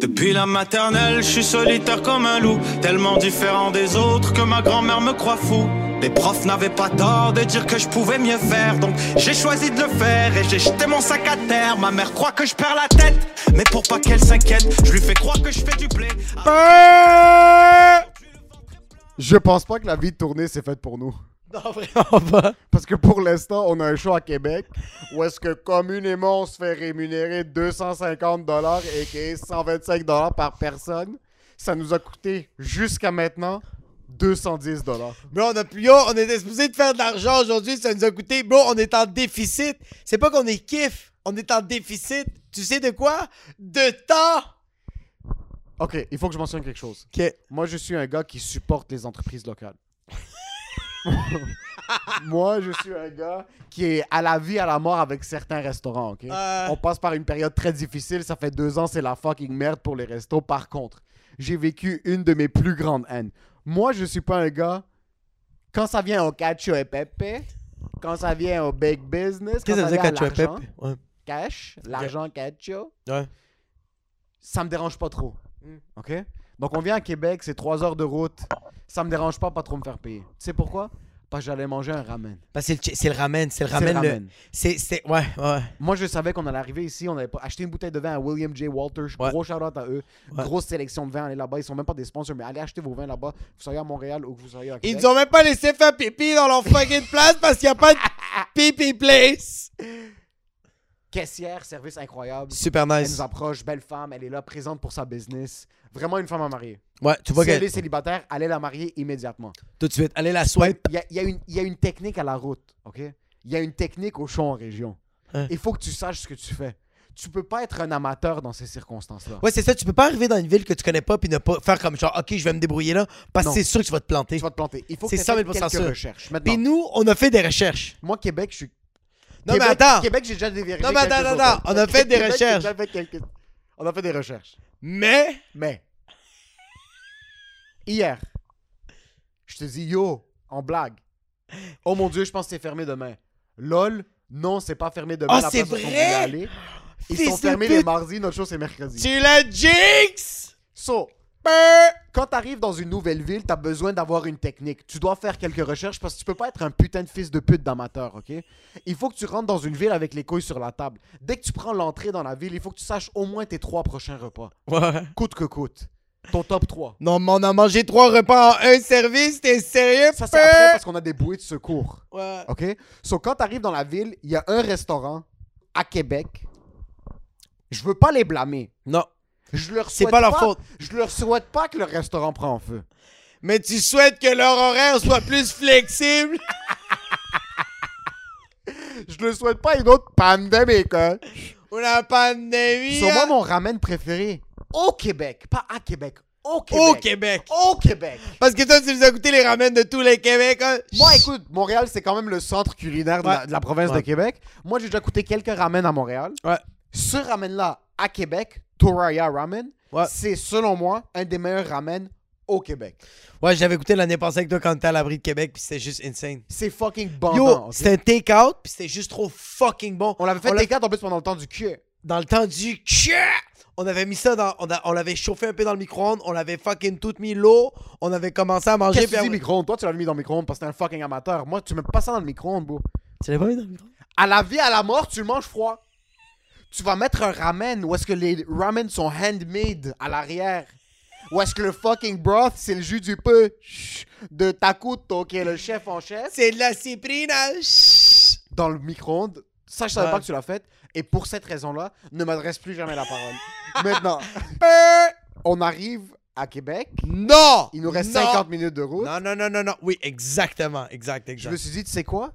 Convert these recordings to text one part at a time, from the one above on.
Depuis la maternelle, je suis solitaire comme un loup, tellement différent des autres que ma grand-mère me croit fou. Les profs n'avaient pas tort de dire que je pouvais mieux faire, donc j'ai choisi de le faire et j'ai jeté mon sac à terre. Ma mère croit que je perds la tête, mais pour pas qu'elle s'inquiète, je lui fais croire que je fais du blé. Je pense pas que la vie de tournée s'est faite pour nous. Non, vraiment pas. Parce que pour l'instant, on a un show à Québec où est-ce que communément on se fait rémunérer 250 dollars et 125 dollars par personne. Ça nous a coûté jusqu'à maintenant 210 dollars. Bro, on a plus yo, on était supposé de faire de l'argent aujourd'hui, ça nous a coûté. Bro, on est en déficit. C'est pas qu'on est kiff, on est en déficit. Tu sais de quoi? De temps! Ok, il faut que je mentionne quelque chose. Ok. Moi, je suis un gars qui supporte les entreprises locales. Moi, je suis un gars qui est à la vie, à la mort avec certains restaurants. ok? Euh. On passe par une période très difficile. Ça fait deux ans, c'est la fucking merde pour les restos. Par contre, j'ai vécu une de mes plus grandes haines. Moi, je suis pas un gars. Quand ça vient au cacio et pepe, quand ça vient au big business, quand Qu'est-ce que ça ça veut dire vient à Cacio et l'argent, Pepe? Ouais. cash, l'argent cacio, Ouais. ça me dérange pas trop. OK? Donc, on vient à Québec, c'est trois heures de route. Ça me dérange pas pas trop me faire payer. Tu sais pourquoi? Parce que j'allais manger un ramen. Parce que c'est le chi- c'est le ramen, c'est le C'est le ramen. le- ramen. C'est, c'est, ouais, ouais. Moi, je savais qu'on allait arriver ici. On allait pas- acheter une bouteille de vin à William J. Walter. Ouais. Gros shout-out à eux. Ouais. Grosse sélection de vins. Allez là-bas. Ils sont même pas des sponsors, mais allez acheter vos vins là-bas. Que Vous soyez à Montréal ou que vous soyez à Ils Québec. nous ont même pas laissé faire pipi dans leur fucking place parce qu'il n'y a pas de pipi place. Caissière, service incroyable. Super Elle nous nice. approche. Belle femme. Elle est là, présente pour sa business. Vraiment une femme à marier. Ouais, tu vois Si elle que est célibataire, allez la marier immédiatement. tout de suite, allez la swipe. Il y a, il y a une- il y a une technique à la route, OK? Il y a une technique au show en région. Hein. Il faut que tu saches ce que tu fais. Tu peux pas être un amateur dans ces circonstances-là. Ouais, c'est ça, tu peux pas arriver dans une ville que tu connais pas puis ne pas faire comme genre, OK, je vais me débrouiller là parce que Non. c'est sûr que tu vas te planter. Tu vas te planter. Il faut que C'est tu 100 000 quelques sûr. recherches. Puis Maintenant, nous, on a fait des recherches. moi, Québec, je suis... Non, Québec, mais attends. Québec, j'ai déjà vérifié Non, mais attends, quelques attends, hôtels. on a fait des Québec, j'ai déjà recherches. fait quelques- On a fait des recherches. Mais. Mais, hier, je te dis, yo, en blague. Oh mon Dieu, je pense que c'est fermé demain. LOL, non, c'est pas fermé demain. Ah, la c'est place où on vrai? voulait aller. Ils Fils sont de fermés pute. les mardis, notre show c'est mercredi. Tu la jinx! So, quand t'arrives dans une nouvelle ville, t'as besoin d'avoir une technique. Tu dois faire quelques recherches parce que tu peux pas être un putain de fils de pute d'amateur, ok? Il faut que tu rentres dans une ville avec les couilles sur la table. Dès que tu prends l'entrée dans la ville, il faut que tu saches au moins tes trois prochains repas. Ouais. Coûte que coûte. Ton top 3. Non, mais on a mangé trois repas en un service, t'es sérieux? Ça, c'est après parce qu'on a des bouées de secours. Ouais. OK? So, quand t'arrives dans la ville, il y a un restaurant à Québec. Je veux pas les blâmer. Non. Je leur C'est souhaite pas leur faute. Je leur souhaite pas que le restaurant prend en feu. Mais tu souhaites que leur horaire soit plus flexible? Je leur souhaite pas une autre pandémie, hein. Ou la pandémie? Sur moi, hein? mon ramen préféré euh, au Québec, pas à Québec, au Québec. Au Québec. Au Québec. Parce que toi, tu nous as goûté les ramen de tous les Québec. hein? Moi, écoute, Montréal, c'est quand même le centre culinaire de, la, Ouais. de la province Ouais. de Québec. Moi, j'ai déjà coûté quelques ramen à Montréal. Ouais. Ce ramen-là, à Québec, Toraya Ramen, Ouais. c'est selon moi un des meilleurs ramen au Québec. Ouais, j'avais goûté l'année passée avec toi quand t'étais à l'abri de Québec, puis c'était juste insane. C'est fucking bon. Yo, c'était un take-out, puis c'était juste trop fucking bon. On l'avait fait l'a- des cartes en plus pendant le temps du cul. dans le temps du cul. On avait mis ça dans. On, a- on l'avait chauffé un peu dans le micro-ondes, on l'avait fucking tout mis l'eau, on avait commencé à manger. Qu'est-ce que tu puis dis après- micro-ondes? Toi, tu l'avais mis dans le micro-ondes parce que t'es un fucking amateur. Moi, tu mets pas ça dans le micro-ondes, bro. Tu l'avais pas mis dans le micro-ondes? À la vie, à la mort, tu le manges froid. Tu vas mettre un ramen où est-ce que les ramen sont handmade à l'arrière. Où est-ce que le fucking broth, c'est le jus du peu chut, de Takuto, qui est le chef en chef, C'est de la cyprina. Chut. dans le micro-ondes. Ça, je savais Ouais. pas que tu l'as fait. Et pour cette raison-là, ne m'adresse plus jamais la parole. Maintenant, on arrive à Québec. Non! Il nous reste Non. 50 minutes de route. Non, non, non, non, non. Oui, exactement. Exact, Je exact. me suis dit, tu sais quoi?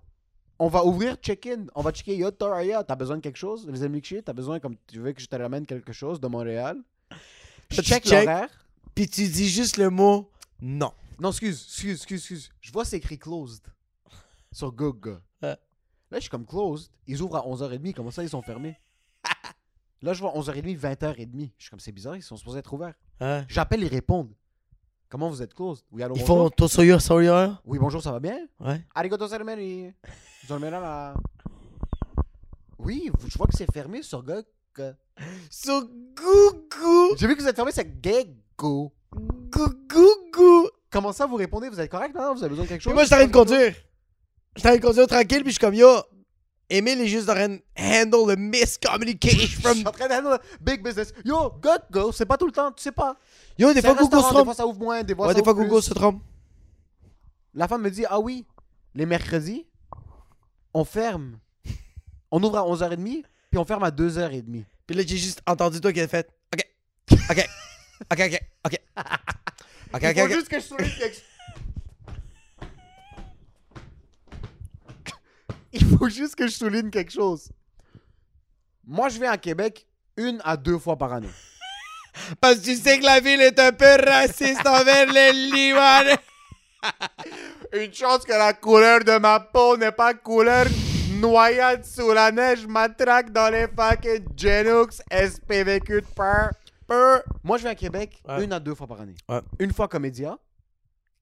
On va ouvrir check-in. On va checker Yo, Toraya, t'as besoin de quelque chose? Les amis tu t'as besoin, comme tu veux que je te ramène quelque chose de Montréal? Je Tu check check. l'horaire. Puis tu dis juste le mot non. Non, excuse, excuse, excuse, excuse. Je vois c'est écrit closed sur Google. Ouais. Là, je suis comme closed. Ils ouvrent à 11h30. Comment ça, ils sont fermés? Là, je vois 11h30, 20h30. Je suis comme, c'est bizarre, ils sont supposés être ouverts. Hein? J'appelle, ils répondent. Comment vous êtes closed? Oui, allô, Ils bonjour. font Tosoyo Sawyer. Oui, bonjour, ça va bien? Ouais. Arigato sermeri. Dormera là. Oui, je vois que c'est fermé sur Gog. Sur Gougou. J'ai vu que vous êtes fermé, c'est Gego. Gougou. Comment ça vous répondez Vous êtes correct Non, vous avez besoin de quelque chose Puis moi, je t'arrête de conduire. Je t'arrête de conduire tranquille, puis je suis comme yo. Emile est juste en train de handle the miscommunication Je suis from. en train d'aller dans le big business. Yo, go, go, c'est pas tout le temps, tu sais pas. Yo, des C'est un fois Gougou se restaurant, Des trompe. fois ça ouvre moins, des fois Ouais, ça des fois ouvre Gougou plus. se trompe. La femme me dit Ah oui, les mercredis, on ferme. On ouvre à 11h30, puis on ferme à 2h30. Puis là, j'ai juste entendu toi qui a fait. Ok. Ok. Ok, ok, ok. Ok, ok, Il faut juste ok. que je souligne quelque Il faut juste que je souligne quelque chose. Moi, je vais à Québec une à deux fois par année. Parce que tu sais que la ville est un peu raciste envers les Libanais. Une chance que la couleur de ma peau n'est pas couleur noyade sous la neige, matraque dans les fucking Genux SPVQ de peur. peur. Moi, je vais à Québec Ouais. une à deux fois par année. Ouais. Une fois Comédia.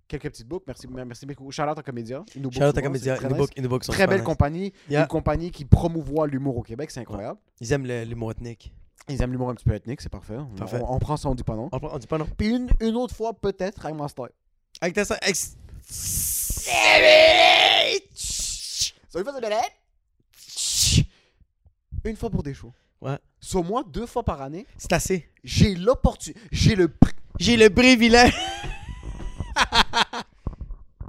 Quelques petites books. Merci, merci beaucoup. Charlotte à Comédia. Ils nous bookent Charlotte à souvent, Comédia, c'est très ils nous nice. bookent- ils nous bookent, ils sont Très belle super nice. compagnie. Yeah. Une compagnie qui promouvoit l'humour au Québec. C'est incroyable. Ils aiment le- l'humour ethnique. Ils aiment l'humour un petit peu ethnique. C'est parfait. On- Parfait. On, on prend ça, on dit pas non. On, prend- on dit pas non. Puis une, une autre fois, peut-être, I'm Master. Avec ta sœur. Ex... Eh ben, Ça lui fait de la lettre. hein. Une fois pour des shows. Ouais. Sur moi, deux fois par année, C'est assez. j'ai l'opportunité, j'ai le, pri- J'ai le privilège.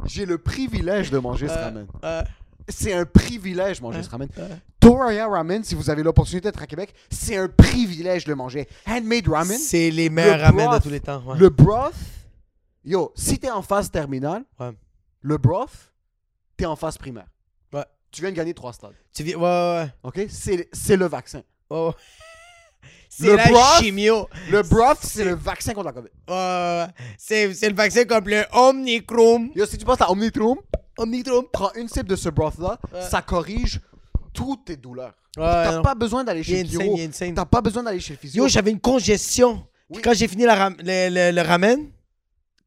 j'ai le privilège de manger ce Euh, ramen. euh, C'est un privilège manger Ouais, ce ramen. ouais. Toraya Ramen, si vous avez l'opportunité d'être à Québec, c'est un privilège de le manger. Handmade ramen, C'est les meilleurs ramen de broth. tous les temps. ouais. le broth. Yo, si t'es en phase terminale, Ouais. le broth, t'es en phase primaire. Ouais. Tu viens de gagner trois stades. Tu viens. Ouais, ouais, ouais. Ok, c'est c'est le vaccin. ouais. ouais. C'est Le la broth. chimio. Le broth, c'est le vaccin contre la COVID. Ouais, ouais, ouais. C'est c'est le vaccin comme le Omnicrom. Yo, si tu passes à Omnitroom, Omnicrom. prends une cible de ce broth là, Ouais. ça corrige toutes tes douleurs. Ouais, T'as non. pas besoin d'aller Il est chez le insane, chiro. il est insane. T'as pas besoin d'aller chez le physio. Yo, j'avais une congestion. Puis Oui. quand j'ai fini la ram- le, le- le ramen,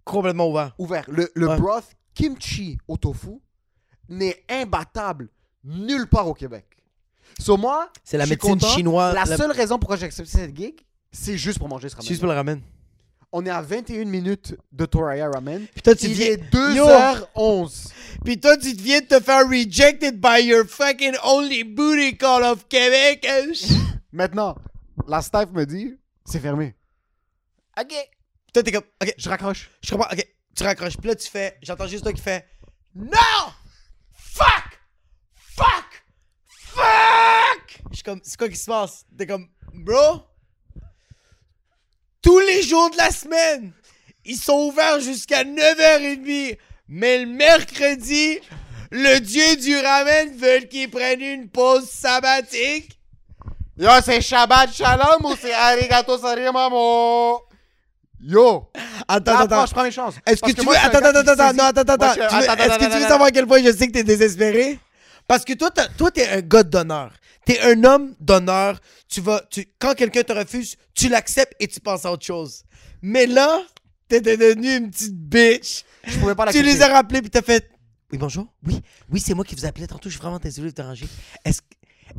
complètement ouvert. Ouvert. Le, le Ouais. broth kimchi au tofu n'est imbattable nulle part au Québec. Sur moi, C'est la je suis médecine content. chinoise. La, la- seule raison pourquoi j'ai accepté cette gig, c'est juste pour manger ce ramen. Juste pour le ramen. On est à 21 minutes de Toraya Ramen. Puis toi, tu Il viens- est Yo! 2h11. Puis toi, tu viens de te faire rejected by your fucking only booty call of Québec. hein? Maintenant, la staff me dit, c'est fermé. Ok. toi, t'es comme, ok, Je raccroche. je comprends, ok, tu raccroches. Puis là, tu fais, j'entends juste toi qui fais, non! Fuck! Fuck! Fuck! Je suis comme, c'est quoi qui se passe? T'es comme, bro, tous les jours de la semaine, ils sont ouverts jusqu'à 9h30, mais le mercredi, le dieu du ramen veut qu'ils prennent une pause sabbatique. Yo, c'est Shabbat Shalom ou c'est Arigato Sarimamo? Yo! Attends, Là, attends, je prends mes chances. Est-ce que Parce tu moi, veux. je suis un Attends, gars attends, qui attends, saisit- non, attends, attends, Moi, je attends. suis un- Tu veux- attends, Est-ce attends, que tu veux attends, savoir à quel point je sais que t'es désespéré? Parce que toi, t'as- toi, t'es un gars d'honneur. T'es un homme d'honneur. Tu vas. Tu, quand quelqu'un te refuse, tu l'acceptes et tu penses à autre chose. Mais là, t'es devenu une petite bitch. Je pouvais pas Tu l'accepter. les as rappelés puis t'as fait. Oui, bonjour. Oui, oui, c'est moi qui vous appelais tantôt. Je suis vraiment désolé de te déranger. Est-ce que.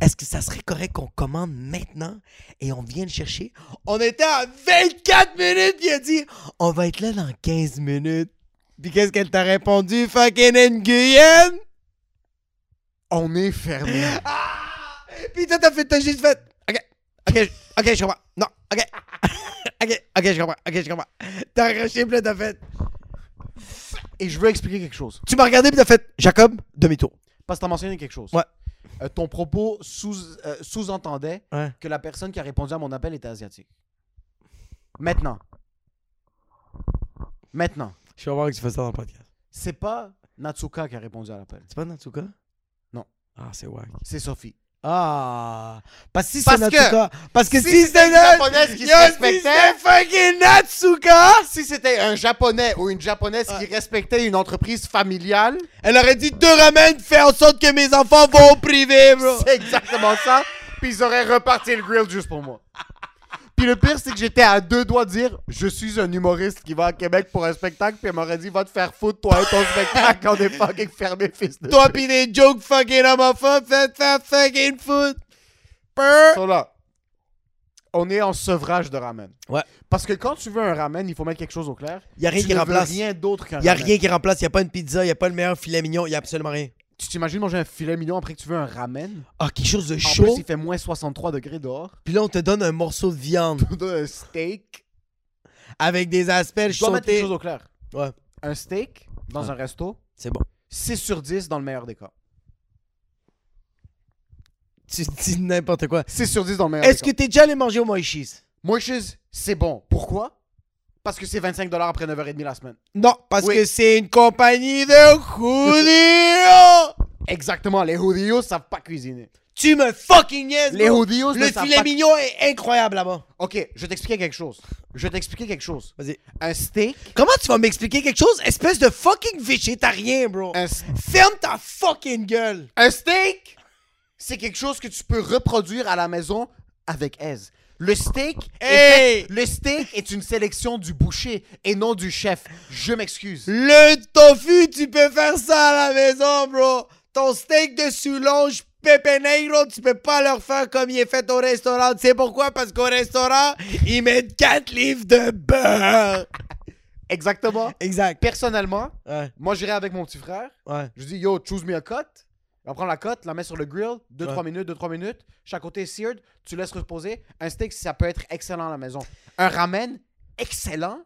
Est-ce que ça serait correct qu'on commande maintenant et on vient le chercher? On était à 24 minutes, puis il a dit On va être là dans 15 minutes. Puis qu'est-ce qu'elle t'a répondu, fucking Nguyen? On est fermé. Ah! Puis toi, t'as fait, t'as juste fait Ok, ok, je- ok, je comprends. Non, ok. ok, ok, je comprends. Ok, je comprends. T'as arraché, puis là, t'as fait Et je veux expliquer quelque chose. Tu m'as regardé, puis t'as fait Jacob, demi-tour. Parce que t'as mentionné quelque chose. Ouais. Euh, ton propos sous, euh, sous-entendait Ouais. que la personne qui a répondu à mon appel était asiatique. Maintenant. Maintenant. Je suis heureux que tu fasses ça dans le podcast. C'est pas Natsuka qui a répondu à l'appel. C'est pas Natsuka? Non. Ah, c'est wack. C'est Sophie. Ah! Parce que si c'est Parce Natsuka. Parce que si, c'était c'était une Nat- Japonaise qui se Yo, si respectait. c'était fucking Natsuka! Si c'était un japonais ou une japonaise Ouais. qui respectait une entreprise familiale, Elle aurait dit deux ramènes, fais en sorte que mes enfants vont au privé, bro! C'est exactement ça. Puis ils auraient reparti le grill juste pour moi. Puis le pire, c'est que j'étais à deux doigts de dire Je suis un humoriste qui va à Québec pour un spectacle. Puis elle m'aurait dit Va te faire foutre, toi et ton spectacle. On est fucking fermé, fils de. Toi pis des jokes fucking homophobes, faites faire fucking foot! Purr! Ils sont là. on est en sevrage de ramen. Ouais. Parce que quand tu veux un ramen, il faut mettre quelque chose au clair. Il n'y a rien tu ne qui veux remplace. Il rien d'autre qu'un n'y a ramen. rien qui remplace. Il n'y a pas une pizza, il n'y a pas le meilleur filet mignon, il n'y a absolument rien. Tu t'imagines manger un filet mignon après que tu veux un ramen Ah, quelque chose de En chaud. plus, il fait moins 63 degrés dehors. Puis là, on te donne un morceau de viande On donne un steak. avec des asperges Je dois mettre quelque sautées. chose au clair. Ouais. Un steak dans Ouais. un resto, C'est bon. 6 sur 10 dans le meilleur des cas. Tu dis n'importe quoi. 6 sur 10 dans le meilleur Est-ce que des cas. t'es déjà allé manger au Moïchis? Moïse, c'est bon. Pourquoi Parce que c'est 25 après 9h30 la semaine. Non, parce Oui. que c'est une compagnie de Julio! Oh! Exactement, les Judíos savent pas cuisiner. tu me fucking niaises, Les bro. Judíos Le ne savent filet pas... mignon est incroyable là-bas. Ok, je vais t'expliquer quelque chose. Je vais t'expliquer quelque chose. Vas-y. Un steak, Comment tu vas m'expliquer quelque chose? Espèce de fucking végétarien, bro. un, s- Ferme ta fucking gueule. un steak, c'est quelque chose que tu peux reproduire à la maison avec aise. Le steak, est Hey! fait- le steak est une sélection du boucher et non du chef. Je m'excuse. Le tofu, tu peux faire ça à la maison, bro. Ton steak de Soulange, Pepe Negro, tu peux pas leur faire comme il est fait au restaurant. Tu sais pourquoi? Parce qu'au restaurant, ils mettent 4 livres de beurre. Exactement. Exact. Personnellement, Ouais, moi j'irai avec mon petit frère. ouais. Je dis, yo, choose me a cut. On prend la cote, la met sur le grill, 2-3 Ouais. minutes, 2-3 minutes. Chaque côté est seared, tu laisses reposer. Un steak, ça peut être excellent à la maison. Un ramen, excellent,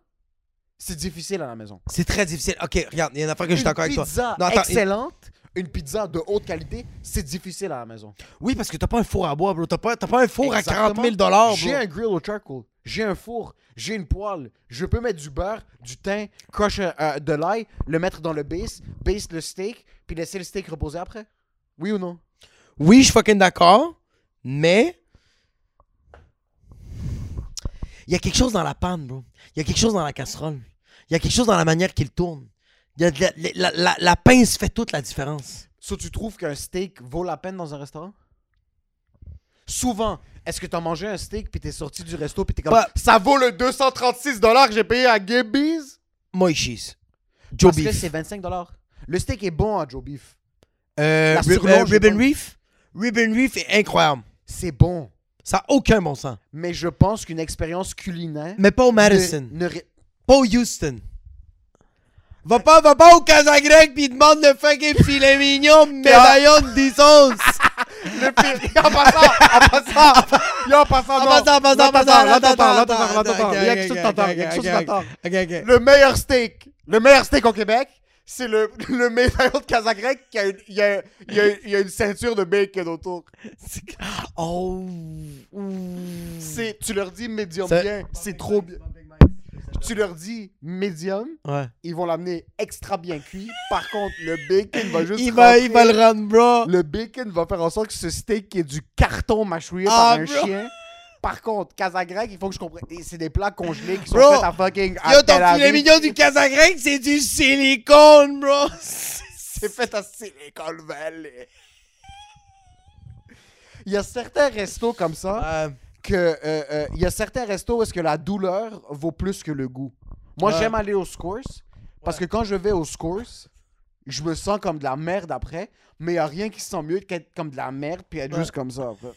c'est difficile à la maison. C'est très difficile. Ok, regarde, il y a une affaire que je suis une d'accord avec toi. pizza Non, attends, excellente, une... pizza de haute qualité, c'est difficile à la maison. Oui, parce que t'as pas un four à bois, bro. T'as pas, t'as pas un four à 40 000 Oh, bro. J'ai un grill au charcoal, j'ai un four, j'ai une poêle, je peux mettre du beurre, du thym, crush euh, euh, de l'ail, le mettre dans le base, base le steak, puis laisser le steak reposer après. Oui ou non? Oui, je suis fucking d'accord, mais. Il y a quelque chose dans la panne, bro. Il y a quelque chose dans la casserole. Il y a quelque chose dans la manière qu'il tourne. Il y a de la, la- la- la pince fait toute la différence. So, tu trouves qu'un steak vaut la peine dans un restaurant? Souvent, est-ce que t'as mangé un steak puis t'es sorti du resto puis t'es comme Pas- ça vaut le 236 dollars que j'ai payé à Gibby's? Moïchis. Joe Parce que Beef. c'est 25 dollars. Le steak est bon à Joe Beef. Euh, la ri- surlonge euh, est Ribbon bonne. Reef. Ribbon Reef est incroyable. C'est bon, Ça n'a aucun bon sens. mais je pense qu'une expérience culinaire Mais pas au ne- Madison. ne ré- Pas au Houston. Va pas, va pas au Casagrec pis demande le fucking filet mignon médaillon de 10 onces. Le pire- en passant, en passant, yo, en passant, En non. passant, en passant, en Là, passant, t'entends, là, attends, t'entends, là, attends, t'entends, là, attends, t'entends. ok, Il y a quelque chose ok, que t'entends, ok, il y a quelque chose ok, que t'entends. ok, ok. Le meilleur steak, le meilleur steak au Québec, c'est le, le médaillon de Casagrec qui a une, il y a, il y a, il y a une ceinture de bacon autour. Oh. C'est, tu leur dis médium C'est- bien, c'est trop bien. Tu leur dis médium, Ouais. ils vont l'amener extra bien cuit. Par contre, le bacon va juste Il va, il va rentrer. le rendre, bro. Le bacon va faire en sorte que ce steak qui est du carton mâchouillé Ah, par un bro. chien. Par contre, casa grecque, il faut que je comprenne. Et C'est des plats congelés qui sont Bro, faits à fucking. à Yo, Tel ton filet Aviv. mignon du Casagrec, c'est du silicone, bro. C'est fait à Silicon Valley. Il y a certains restos comme ça Euh, que. euh, euh, il y a certains restos où est-ce que la douleur vaut plus que le goût. Moi, Ouais. j'aime aller au Scores parce que quand je vais au Scores, je me sens comme de la merde après, mais il n'y a rien qui se sent mieux qu'être comme de la merde puis être Ouais. juste comme ça. en fait.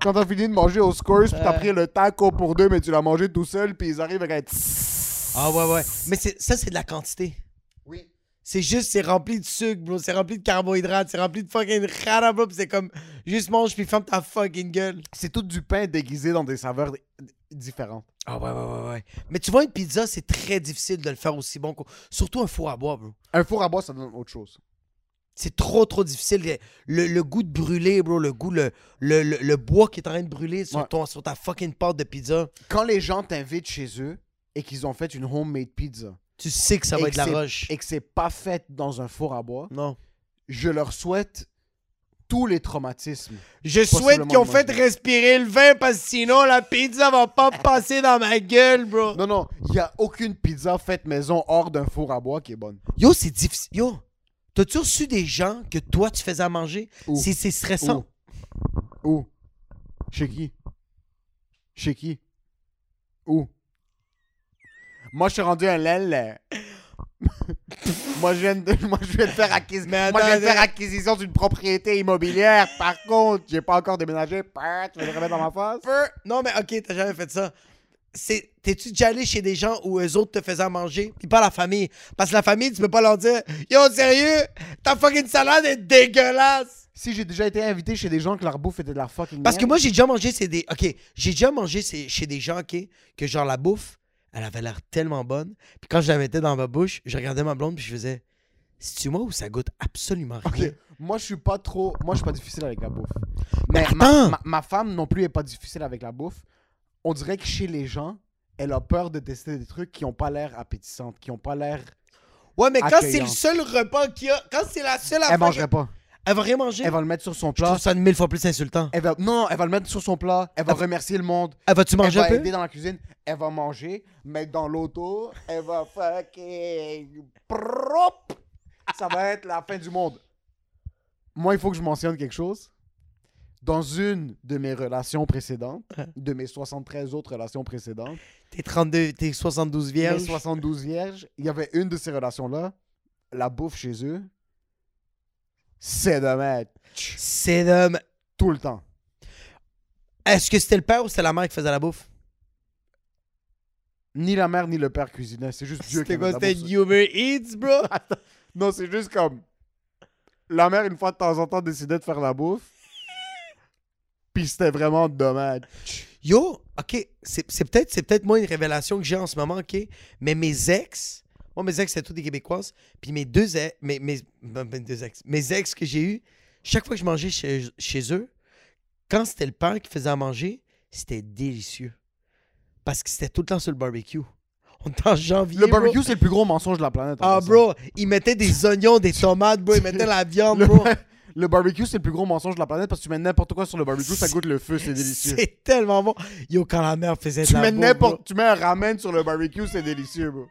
Quand t'as fini de manger au Scores, puis t'as Ouais. pris le taco pour deux, mais tu l'as mangé tout seul, puis ils arrivent avec un Ah ouais, ouais. Mais c'est- ça, c'est de la quantité. Oui. C'est juste, c'est rempli de sucre, bro. C'est rempli de carbohydrates. C'est rempli de fucking chara, bro. Pis c'est comme, juste mange puis ferme ta fucking gueule. C'est tout du pain déguisé dans des saveurs d- d- différentes. Ah ouais, ouais, ouais, ouais. Mais tu vois, une pizza, c'est très difficile de le faire aussi bon. qu'au- Surtout un four à bois, bro. Un four à bois, ça donne autre chose. C'est trop, trop difficile. Le, le goût de brûler, bro. Le goût, le, le, le, le bois qui est en train de brûler sur, Ouais. ton, sur ta fucking pâte de pizza. Quand les gens t'invitent chez eux et qu'ils ont fait une homemade pizza Tu sais que ça va Et être de la c'est- roche. et que c'est pas fait dans un four à bois, Non. je leur souhaite tous les traumatismes. Je souhaite Possiblement qu'ils ont fait manger. respirer le vin parce que sinon, la pizza va pas passer dans ma gueule, bro. Non, non, il n'y a aucune pizza faite maison hors d'un four à bois qui est bonne. Yo, c'est difficile. Yo, t'as-tu reçu des gens que toi, tu faisais à manger? Où? C'est c'est stressant. Où Chez qui Chez qui Où Moi, je suis rendu un lel. Moi, je viens de, moi, je viens de faire, acquis- Mais moi, je viens de attends, faire attends. acquisition d'une propriété immobilière. Par contre, j'ai pas encore déménagé. Pah, Tu veux le remettre dans ma face? Peu- Non, mais ok, t'as jamais fait ça. C'est- T'es-tu déjà allé chez des gens où eux autres te faisaient à manger, pis pas la famille? Parce que la famille, tu peux pas leur dire Yo, sérieux, ta fucking salade est dégueulasse! Si j'ai déjà été invité chez des gens que leur bouffe était de la fucking Parce que merde. moi, j'ai déjà mangé chez des. Ok, j'ai déjà mangé chez, chez des gens, ok, que genre la bouffe, elle avait l'air tellement bonne. Puis quand je la mettais dans ma bouche, je regardais ma blonde, puis je faisais C'est-tu moi ou ça goûte absolument rien? Ok. Moi, je suis pas trop. Moi, je suis pas difficile avec la bouffe. Mais Mais ma, attends! ma- ma femme non plus est pas difficile avec la bouffe. On dirait que chez les gens, elle a peur de tester des trucs qui ont pas l'air appétissants, qui ont pas l'air. Ouais, mais quand c'est le accueillante. seul repas qu'il y a, quand c'est la seule Elle affaire. mangerait pas. Elle va rien manger. Elle va le mettre sur son Ah, Je plat. trouve ça mille fois plus insultant. Elle va... Non, elle va le mettre sur son plat. Elle va remercier le monde. Elle va-tu manger elle va un peu? aider dans la cuisine, elle va manger, mais dans l'auto, elle va fucking propre. Ça va être la fin du monde. Moi, il faut que je mentionne quelque chose. Dans une de mes relations précédentes, de mes 73 autres relations précédentes, T'es 32, t'es 72 mes vierges. 72 vierges, il y avait une de ces relations-là, la bouffe chez eux, c'est de mettre C'est de... tout le temps. Est-ce que c'était le père ou c'était la mère qui faisait la bouffe? Ni la mère ni le père cuisinait, c'est juste Dieu qui avait de la bouffe. Uber Eats, bro? Non, c'est juste comme. La mère, une fois de temps en temps, décidait de faire la bouffe. Puis c'était vraiment dommage. Yo, ok, c'est c'est peut-être c'est peut-être moi une révélation que j'ai en ce moment, ok? Mais mes ex, moi mes ex c'était toutes des Québécoises, puis mes deux ex, mes, mes, ben, ben, deux ex, mes ex que j'ai eu, chaque fois que je mangeais chez, chez eux, quand c'était le père qui faisait à manger, c'était délicieux. Parce que c'était tout le temps sur le barbecue. On était en janvier. Le bro. barbecue, c'est le plus gros mensonge de la planète. en Ah, passant. bro, ils mettaient des oignons, des tomates, bro. Ils mettaient la viande, Le, bro. le barbecue, c'est le plus gros mensonge de la planète parce que tu mets n'importe quoi sur le barbecue, ça goûte le feu, c'est délicieux. C'est tellement bon. Yo, quand la mère faisait de Tu la mets bouffe, n'importe. Tu mets un ramen sur le barbecue, c'est délicieux, bro.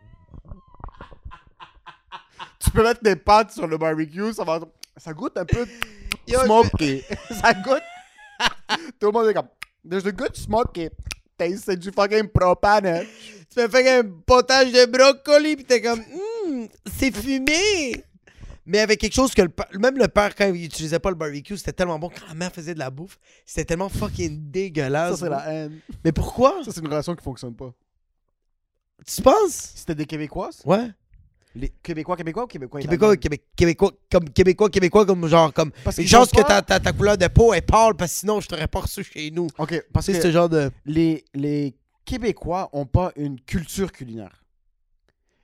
tu peux mettre des pâtes sur le barbecue, ça va. Ça goûte un peu Yo, je- smoky. ça goûte. Tout le monde est comme. There's a good smoky. Taste, c'est du fucking propane. hein. bro. Tu me fais un potage de brocoli, puis t'es comme, Hum, c'est fumé. Mais avec quelque chose que le pa- même le père, quand il utilisait pas le barbecue, c'était tellement bon. Quand la mère faisait de la bouffe, c'était tellement fucking Ça, dégueulasse. c'est bro. la haine. Mais pourquoi? Ça, c'est une relation qui fonctionne pas. Tu penses? C'était des Québécoises Ouais. Les Québécois, Québécois ou Québécois Québécois, Québé- Québécois, comme Québécois, Québécois, comme genre, comme. Parce Une qu'ils chance ont que pas- ta, ta, ta couleur de peau est pâle, parce que sinon, je t'aurais pas reçu chez nous. Ok, parce que C'est ce genre de. les, les Québécois ont pas une culture culinaire.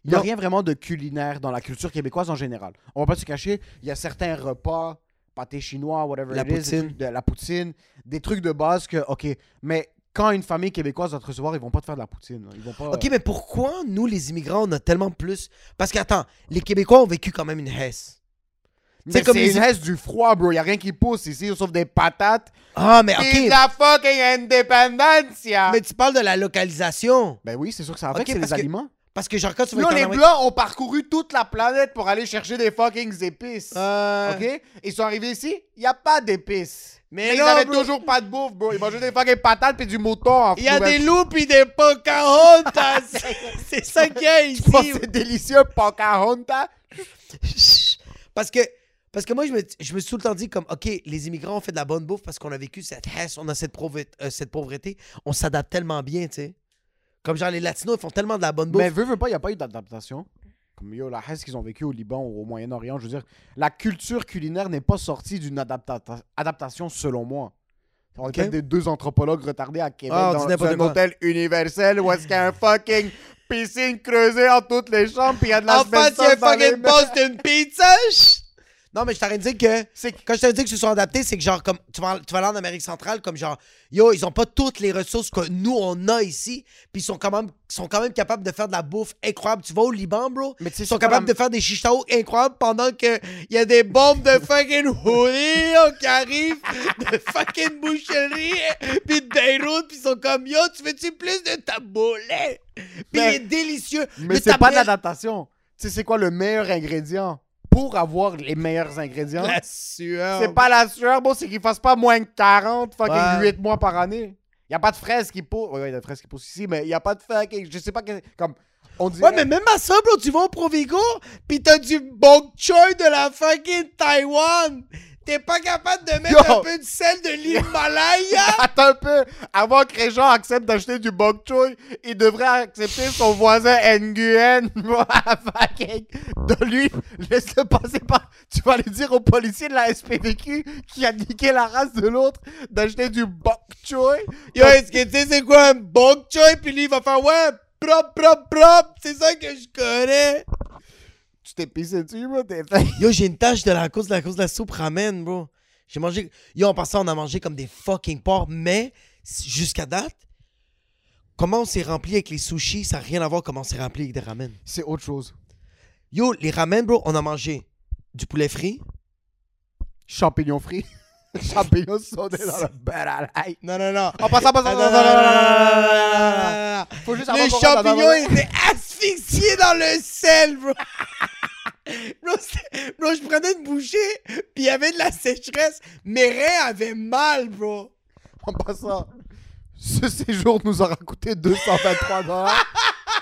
Il n'y a Non. rien vraiment de culinaire dans la culture québécoise en général. On va pas se cacher, il y a certains repas, pâté chinois, whatever La it is, des poutine. trucs de la poutine, des trucs de base que, ok, mais quand une famille québécoise va te recevoir, ils vont pas te faire de la poutine. Ils vont pas. euh, Ok, mais pourquoi nous, les immigrants, on a tellement plus. Parce qu'attends, les Québécois ont vécu quand même une Hesse. Mais c'est c'est comme comme les- une reste du froid, bro. Il y a rien qui pousse ici sauf des patates. Ah, mais Pis de ok. la fucking indépendance. Mais tu parles de la localisation. Ben oui, c'est sûr que ça affecte Ok, c'est parce les que- aliments. Parce que, genre, quand tu vas Sinon, être en les Amérique- Blancs ont parcouru toute la planète pour aller chercher des fucking épices. Euh, OK? Ils sont arrivés ici, il n'y a pas d'épices. Mais Mais ils non, avaient bro. toujours pas de bouffe, bro. Ils mangeaient des fucking patates puis du mouton en Il y a fourrure. des loups pis des Pocahontas. C'est ça qu'il y a ici. Oh, C'est délicieux, Pocahontas. Parce que, parce que moi, je me, je me suis tout le temps dit comme, OK, les immigrants ont fait de la bonne bouffe parce qu'on a vécu cette hesse, on a cette, pauvre- euh, cette pauvreté. On s'adapte tellement bien, tu sais. Comme genre, les Latinos, ils font tellement de la bonne bouffe. Mais veux, veux pas, il n'y a pas eu d'adaptation. Comme yo, la haine qu'ils ont vécu au Liban ou au Moyen-Orient, je veux dire, la culture culinaire n'est pas sortie d'une adapta- adaptation selon moi. On Ok. est peut-être des deux anthropologues retardés à Québec Ah, on dit dans, n'importe un quoi. hôtel universel où est-ce qu'il y a un fucking piscine creusée en toutes les chambres puis il y a de la en face, il y a un fucking Boston Pizza. chut. Non, mais je t'aurais dit que. C'est- Quand je t'aurais dit que se sont adaptés, c'est que genre, comme tu vas, tu vas aller en Amérique centrale, comme genre, yo, ils ont pas toutes les ressources que nous, on a ici, puis ils sont quand, même, sont quand même capables de faire de la bouffe incroyable. Tu vas au Liban, bro? Mais tu sais, Ils sont c'est pas capables la- de faire des chichtaos incroyables pendant qu'il y a des bombes de fucking hoodie là, qui arrivent, de fucking boucherie, puis de Beyrouth, puis ils sont comme, yo, tu veux-tu plus de taboulet? Puis Mais- il est délicieux. Mais Le c'est pas de taboulet- l'adaptation. Tu sais, c'est quoi le meilleur ingrédient pour avoir les meilleurs ingrédients? La sueur. C'est pas la sueur, bon, c'est qu'il fasse pas moins que 40 fucking Ouais. 8 mois par année. Y a pas de fraises qui poussent. Ouais, ouais, y a des fraises qui poussent ici, mais y a pas de fucking. Je sais pas que. Comme. On dirait... Ouais, mais même à ça, bro, tu vas au Provigo, pis t'as du bok choy de la fucking Taïwan. T'es pas capable de mettre Yo. un peu de sel de l'Himalaya. Attends un peu. Avant que Réjean accepte d'acheter du bok choy, il devrait accepter son voisin Nguyen. Fucking. de lui, laisse-le passer par. Tu vas aller dire au policier de la SPVQ qui a niqué la race de l'autre d'acheter du bok choy. Yo, est-ce que tu sais c'est quoi un bok choy? Pis lui, il va faire ouais, propre, propre, propre. C'est ça que je connais. Tu t'es pissé dessus, bro. T'es Yo, j'ai une tache de la cause de la cause de la soupe ramen, bro. J'ai mangé. Yo, en passant, on a mangé comme des fucking porcs, mais s- jusqu'à date, comment on s'est rempli avec les sushis, ça n'a rien à voir comment on s'est rempli avec des ramen. C'est autre chose. Yo, les ramen, bro, on a mangé du poulet frit. Champignons frits. Champignons sautés dans le beurre à l'ail. Non, non, non. En passant, passant, passant, passant, passant. Faut juste Les avant qu'on rentre dans- champignons étaient asphyxiés dans le sel, bro. bro, c'est- bro, je prenais une bouchée, puis il y avait de la sécheresse. Mes reins avaient mal, bro. En passant, ce séjour nous aura coûté 223 dollars.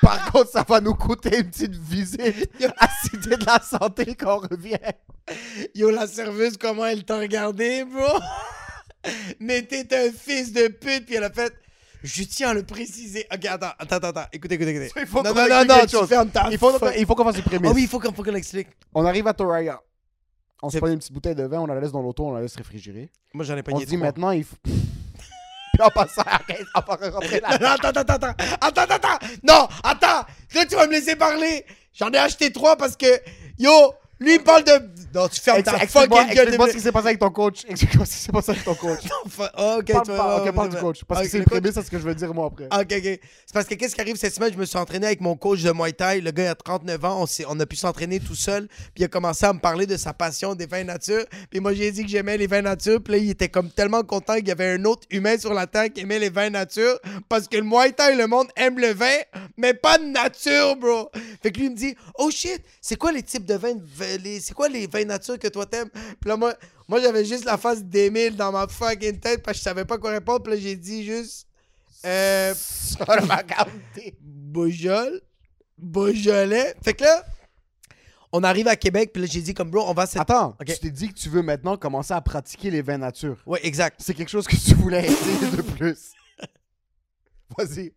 Par contre, ça va nous coûter une petite visite à Cité de la Santé quand on revient. Yo, la serveuse, comment elle t'a regardé, bro? Mais t'es un fils de pute, puis elle a fait. Je tiens à le préciser. Ok, attends, attends, attends, attends. Écoutez, écoutez, écoutez. Il faut non, qu'on non, non, explique non, quelque tu chose. fermes ta Il faut, fuck- il faut qu'on fasse les prémices. Ah oui, il faut qu'on faut qu'on l'explique. On arrive à Toraya. On se C'est- prend une petite bouteille de vin, on la laisse dans l'auto, on la laisse réfrigérer. Moi, j'en ai pas On se dit maintenant, il faut... Puis en passant, arrête, on va rentrer là. Non, non, attends, attends, attends, attends, attends, attends, non, attends, là tu vas me laisser parler. J'en ai acheté trois parce que, yo, lui il parle de. Non, tu fermes ta Explique-moi fucking gueule de. explique-moi ce qui s'est passé avec ton coach. Explique-moi ce qui s'est passé avec ton coach. Enfin, ok, tu Parle vas- pas- ouais, ok, parle ouais, du ouais. coach. Parce que Ok, c'est le une coach- prémisse à ce que je veux dire moi après. Ok, ok. C'est parce que qu'est-ce qui arrive cette semaine? Je me suis entraîné avec mon coach de Muay Thai. Le gars, il a 39 ans. On, s'est- on a pu s'entraîner tout seul. Puis il a commencé à me parler de sa passion des vins nature. Puis moi, j'ai dit que j'aimais les vins nature. Puis là, il était comme tellement content qu'il y avait un autre humain sur la terre qui aimait les vins nature. Parce que le Muay Thai, le monde aime le vin, mais pas de nature, bro. Fait que lui, il me dit Oh shit, c'est quoi les types de vins? v- les- C'est quoi les vins nature que toi t'aimes? Puis là, moi, moi j'avais juste la face d'Émile dans ma fucking tête parce que je savais pas quoi répondre. Puis là, j'ai dit juste. Euh, Solomon County. Beaujol, Beaujolais. Fait que là, on arrive à Québec, puis là, j'ai dit comme, bro, on va... s'att- Attends, Ok. tu t'es dit que tu veux maintenant commencer à pratiquer les vins nature. Ouais, exact. C'est quelque chose que tu voulais essayer de plus. Vas-y.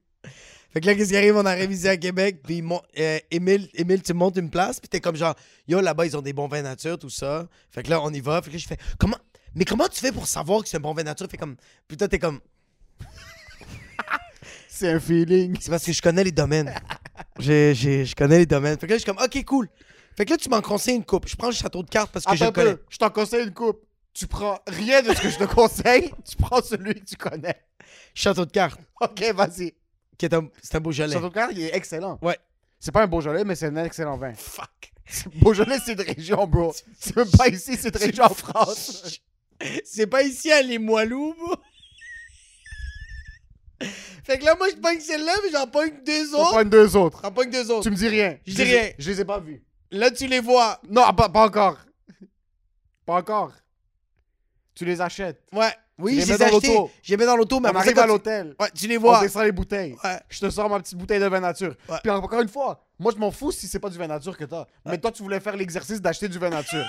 Fait que là, qu'est-ce qui arrive? On arrive ici à Québec, puis mon- euh, Émile, Émile, tu montes une place, puis t'es comme genre, yo, là-bas, ils ont des bons vins nature, tout ça. Fait que là, on y va. Fait que là, je fais, comment... Mais comment tu fais pour savoir que c'est un bon vin nature? Fait comme... Puis toi, t'es comme... C'est un feeling. C'est parce que je connais les domaines. J'ai- j'ai- je connais les domaines. Fait que là, je suis comme, OK, cool. Fait que là, tu m'en conseilles une coupe. Je prends le château de cartes parce que je Attends le un connais. peu, je t'en conseille une coupe. Tu prends rien de ce que je te conseille, tu prends celui que tu connais. Château de cartes, Ok, vas-y. qui est un, c'est un Beaujolais. Château de Cartes, il est excellent. Ouais. C'est pas un Beaujolais, mais c'est un excellent vin. Fuck. Beaujolais, c'est de région, bro. C'est même pas ici, c'est de région en France. C'est pas ici hein, à Limoilou, moi. fait que là, moi, je pogne celle-là, mais j'en pogne deux On autres. prends deux autres. J'en pogne deux autres. Tu me dis rien. Je dis les ai- rien. Je les ai pas vus. Là, tu les vois. Non, ah, pas, pas encore. Pas encore. Tu les achètes. Ouais. Tu Oui, les je mets les ai dans achetés. l'auto. Je les mets dans l'auto, mais on après arrive ça, à quand l'hôtel. tu- Ouais, tu les On vois. descend les bouteilles. Ouais. Je te sors ma petite bouteille de vin nature. Ouais. Puis encore une fois, moi je m'en fous si c'est pas du vin nature que t'as. Mais toi tu voulais faire l'exercice d'acheter du vin nature.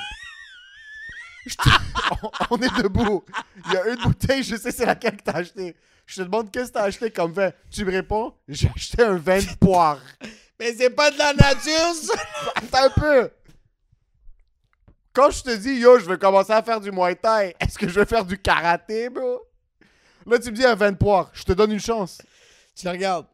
Je te- on, on est debout. Il y a une bouteille, je sais c'est laquelle que t'as acheté. Je te demande qu'est-ce que t'as acheté comme vin. Tu me réponds, j'ai acheté un vin de poire. Mais c'est pas de la nature, ça. Attends un peu. Quand je te dis, yo, je veux commencer à faire du Muay Thai, est-ce que je veux faire du karaté, bro? Là, tu me dis un vin de poire, je te donne une chance. tu le regardes.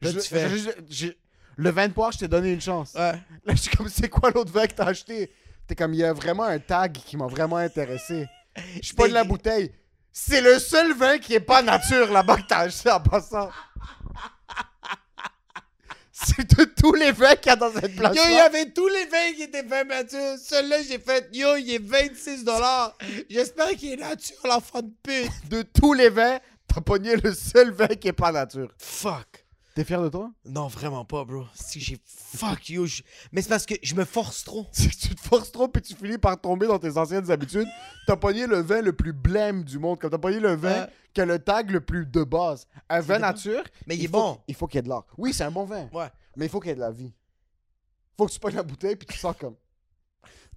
Là, Je- tu fais. je- je- je- le vin de poire, je t'ai donné une chance. Ouais. Là, je suis comme, c'est quoi l'autre vin que t'as acheté? T'es comme, il y a vraiment un tag qui m'a vraiment intéressé. Je suis pas de la bouteille. C'est le seul vin qui est pas nature là-bas que t'as acheté en passant. C'est de tous les vins qu'il y a dans cette place. Yo, il y avait tous les vins qui étaient vins nature. Celui-là, j'ai fait, yo, il est 26 J'espère qu'il est nature, l'enfant de pute. de tous les vins, t'as pogné le seul vin qui est pas nature. Fuck. T'es fier de toi Non, vraiment pas, bro. Si j'ai. Fuck you. je- Mais c'est parce que je me force trop. Si tu te forces trop puis tu finis par tomber dans tes anciennes habitudes, t'as pogné le vin le plus blême du monde. Comme t'as pogné le vin Euh. qui a le tag le plus de base. Un vin de base. nature, Mais il est faut- bon. Il faut qu'il y ait de l'art. Oui, c'est un bon vin. Ouais. Mais il faut qu'il y ait de la vie. Faut que tu pognes la bouteille puis tu sors comme.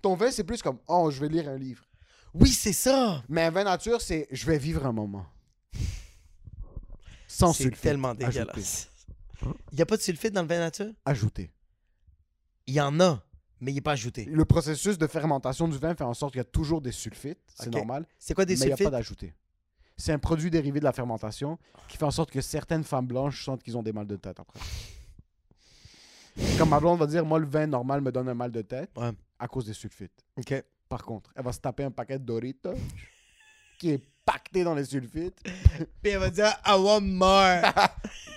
Ton vin, c'est plus comme Oh, je vais lire un livre. Oui, c'est ça. Mais un vin nature, c'est Je vais vivre un moment. Sans C'est sulfite. Hein? tellement Ajouté. dégueulasse. Il n'y a pas de sulfite dans le vin nature Ajouter. Il y en a, mais il n'est pas ajouté. Le processus de fermentation du vin fait en sorte qu'il y a toujours des sulfites. C'est Ok. normal. C'est quoi des mais il n'y a sulfites pas d'ajouté. C'est un produit dérivé de la fermentation qui fait en sorte que certaines femmes blanches sentent qu'ils ont des mal de tête après. Comme ma blonde va dire, moi, le vin normal me donne un mal de tête Ouais. à cause des sulfites. Ok. Par contre, elle va se taper un paquet de Doritos qui est pacté dans les sulfites. Puis elle va dire I want more.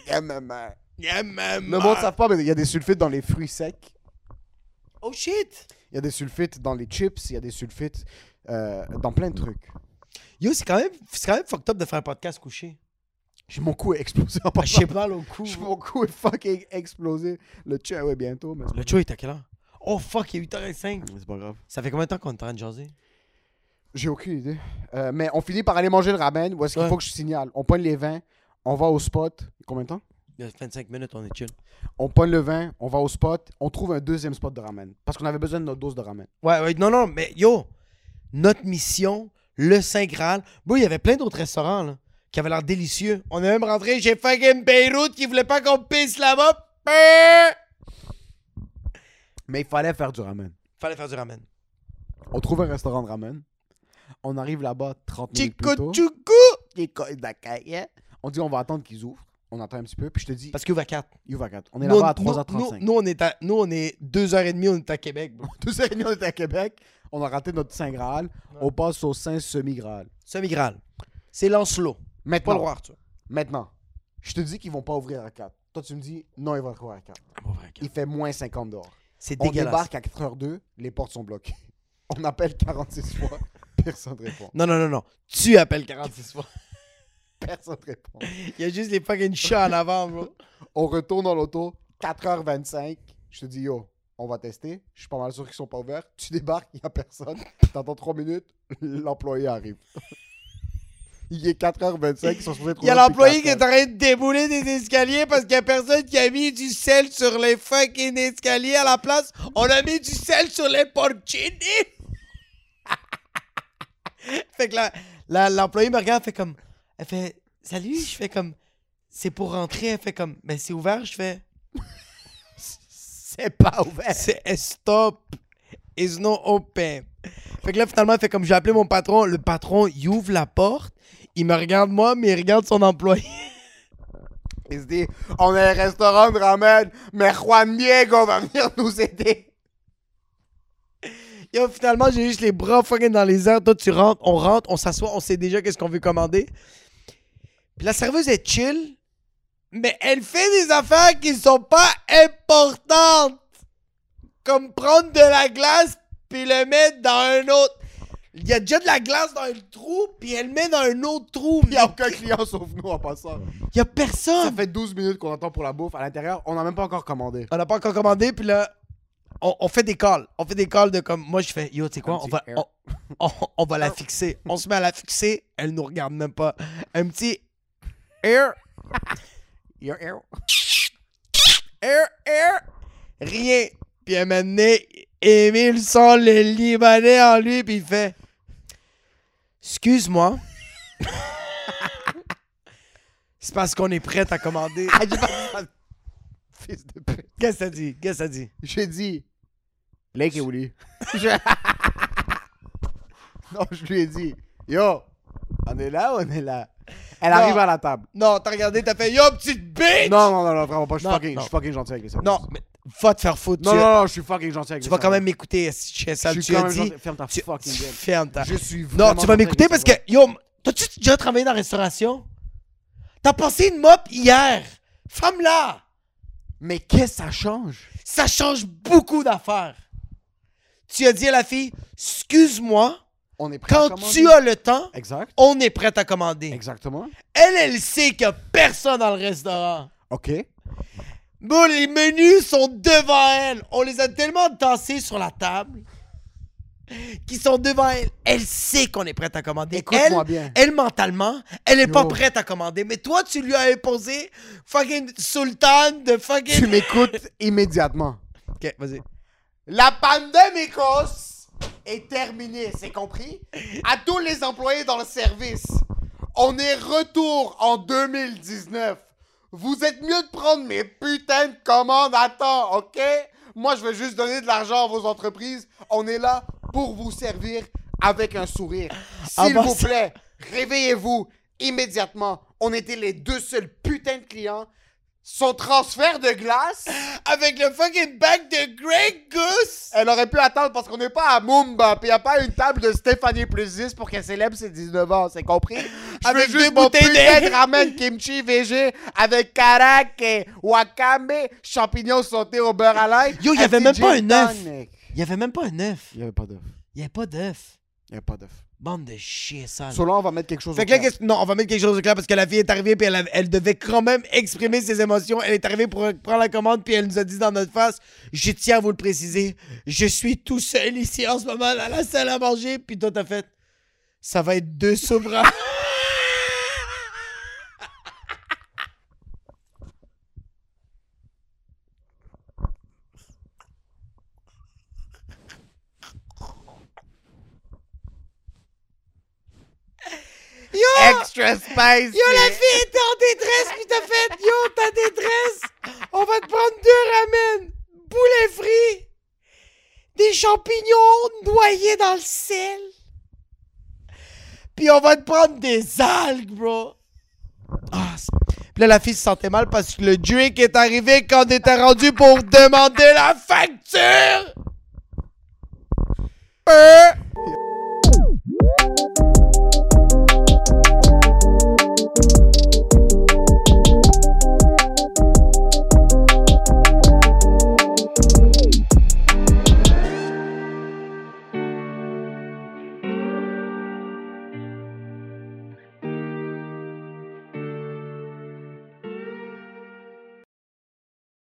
Yeah, maman. Yeah, man, Le monde ne savent pas, mais il y a des sulfites dans les fruits secs. Oh shit. Il y a des sulfites dans les chips. Il y a des sulfites euh, dans plein de trucs. Yo, c'est quand même, c'est quand même fucked up de faire un podcast couché. J'ai mon cou est explosé en Ah, J'ai passant. mal au cou. Mon cou est fucking explosé. Le tien, ouais, bientôt. Mais Ah, c'est Le show est à quelle heure Oh fuck, il est 8h05. Mais c'est pas grave. Ça fait combien de temps qu'on est en train de jaser J'ai aucune idée. Euh, mais on finit par aller manger le ramen. Où est-ce qu'il Ouais. faut que je signale On pogne les vins, on va au spot. Combien de temps Il y a 25 minutes, on est chill. On pogne le vin, on va au spot, on trouve un deuxième spot de ramen. Parce qu'on avait besoin de notre dose de ramen. Ouais, ouais, non, non, mais yo, notre mission, le Saint Graal. Bon, il y avait plein d'autres restaurants, là, qui avaient l'air délicieux. On est même rentré chez fucking Beyrouth qui voulait pas qu'on pisse là-bas. Peuh! Mais il fallait faire du ramen. Fallait faire du ramen. On trouve un restaurant de ramen. On arrive là-bas 30 minutes plus Chico tôt. Chuku! On dit on va attendre qu'ils ouvrent. On attend un petit peu. Puis je te dis, Parce qu'il va 4. il ouvre à 4. On est là-bas à Nous, 3h35. nous, on est à, nous, on est 2h30, on est à Québec. bro. Tous les réunions, on était à Québec. On a raté notre Saint Graal. On passe au Saint Semi-Graal. Semi Graal. C'est Lancelot. Pas Maintenant, le roi Arthur. Maintenant, je te dis qu'ils vont pas ouvrir à 4. Toi, tu me dis, non, ils vont ouvrir à 4. Il fait moins 50 dehors. C'est On dégueulasse. débarque à 4h02, les portes sont bloquées. On appelle 46 fois, personne ne répond. Non, non, non, non. Tu appelles 46 fois. Personne ne répond. Il y a juste les fucking chats en avant, bro. On retourne dans l'auto, 4h25. Je te dis, yo, on va tester. Je suis pas mal sûr qu'ils sont pas ouverts. Tu débarques, il n'y a personne. T'attends 3 minutes, l'employé arrive. Il est 4h25, ils sont supposés Il y trouver depuis a l'employé 4 qui est en heures. train de débouler des escaliers parce qu'il y a personne qui a mis du sel sur les fucking escaliers à la place. On a mis du sel sur les porcini. fait que là, la- l'employé me regarde, fait comme. Elle fait Salut, je fais comme. C'est pour rentrer. Elle fait comme. Mais c'est ouvert, je fais. C'est pas ouvert. C'est stop. It's no open. Fait que là, finalement, fait comme j'ai appelé mon patron. Le patron, il ouvre la porte. Il me regarde moi, mais il regarde son employé. Il se dit, on a un restaurant de ramen, mais Juan Diego va venir nous aider. Yo, finalement, j'ai juste les bras fucking dans les airs. Toi, tu rentres, on rentre, on s'assoit, on sait déjà qu'est-ce qu'on veut commander. Puis la serveuse est chill, mais elle fait des affaires qui sont pas importantes. Comme prendre de la glace, puis le mettre dans un autre. Il y a déjà de la glace dans un trou, puis elle le met dans un autre trou. Il n'y a aucun client sauf nous en passant. Il y Ça a personne. fait 12 minutes qu'on attend pour la bouffe à l'intérieur. On n'a même pas encore commandé. On n'a pas encore commandé, puis là, on, on fait des calls. On fait des calls de comme. Moi, je fais, yo, tu sais quoi, Un on petit va, air. on, on- on va la fixer. On se met à la fixer, elle nous regarde même pas. Un petit air, Yo, yo. air, air, rien. Puis à un moment donné, Émile sent le Libanais en lui, puis il fait, excuse-moi. C'est parce qu'on est prête à commander. Ah, j'ai pas- Fils de pute. Qu'est-ce que ça dit? Qu'est-ce que ça dit? J'ai dit, Lake et Willy. Je- non, je lui ai dit, yo, on est là, on est là. Elle Non. arrive à la table. Non, t'as regardé, t'as fait, yo, petite bitch! Non, non, non, non, vraiment pas. Je suis Non, fucking, je non. suis fucking gentil avec les services. Non, mais va te faire foutre. non, tu, non, non, je suis fucking gentil avec tu les vas quand même services. m'écouter, si ça, Je suis tu as quand même dit. gentil. Ferme ta Tu, fucking tu- gueule. ferme ta. Je suis Non, vraiment tu vas m'écouter gentil parce avec que, les yo, t'as-tu déjà travaillé dans la restauration? T'as passé une mop hier. Femme-là, serveurs. Mais qu'est-ce que ça change? ça change beaucoup d'affaires. Tu as dit à la fille, excuse-moi, On est prêt à quand commander. tu as le temps, Exact. on est prête à commander. Exactement. Elle, elle sait qu'il n'y a personne dans le restaurant. OK. Bon, les menus sont devant elle. On les a tellement tassés sur la table qu'ils sont devant elle. Elle sait qu'on est prête à commander. Écoute-moi Elle- bien. Elle, mentalement, elle est pas Yo. prête à commander. Mais toi, tu lui as imposé fucking sultan de Tu fucking... m'écoutes immédiatement. Ok, vas-y. La pandémie cause est terminée, c'est compris? À tous les employés dans le service, on est retour en 2019. Vous êtes mieux de prendre mes putains de commandes à temps, ok? Moi, je veux juste donner de l'argent à vos entreprises. On est là pour vous servir avec un sourire. Ah S'il bah, vous ça- plaît, réveillez-vous immédiatement. On était les deux seuls putains de clients. Son transfert de glace. Avec le fucking bac de Grey Goose. Elle aurait pu attendre parce qu'on n'est pas à Mumba, puis il a pas une table de Stéphanie plus 10 pour qu'elle célèbre ses 19 ans, c'est compris? Je veux Avec juste deux mon bouteilles putain de- de ramen kimchi VG avec karak et wakame, champignons sautés au beurre à l'ail. Yo, il y avait un même petit pas gin un œuf. tonic. Il y avait même pas un œuf. Il y avait pas d'œuf. Il y avait pas d'œuf. Il y avait pas d'œuf. Bande de chiens sales. Selon, on va mettre quelque chose. Fait au que là, clair. qu'est-ce- non, on va mettre quelque chose de clair parce que la fille est arrivée puis elle, a- elle devait quand même exprimer ses émotions. Elle est arrivée pour prendre la commande puis elle nous a dit dans notre face Je tiens à vous le préciser, je suis tout seul ici en ce moment dans la salle à manger. Puis toi, t'as fait Ça va être deux sobras. Yo! Extra spice. Yo, la fille était en détresse, puis t'as fait Yo, ta détresse, on va te prendre deux ramen, poulet frit, des champignons noyés dans le sel, puis on va te prendre des algues, bro. Ah, c'est- puis là, la fille se sentait mal parce que le drink est arrivé quand on était rendu pour demander la facture. Euh.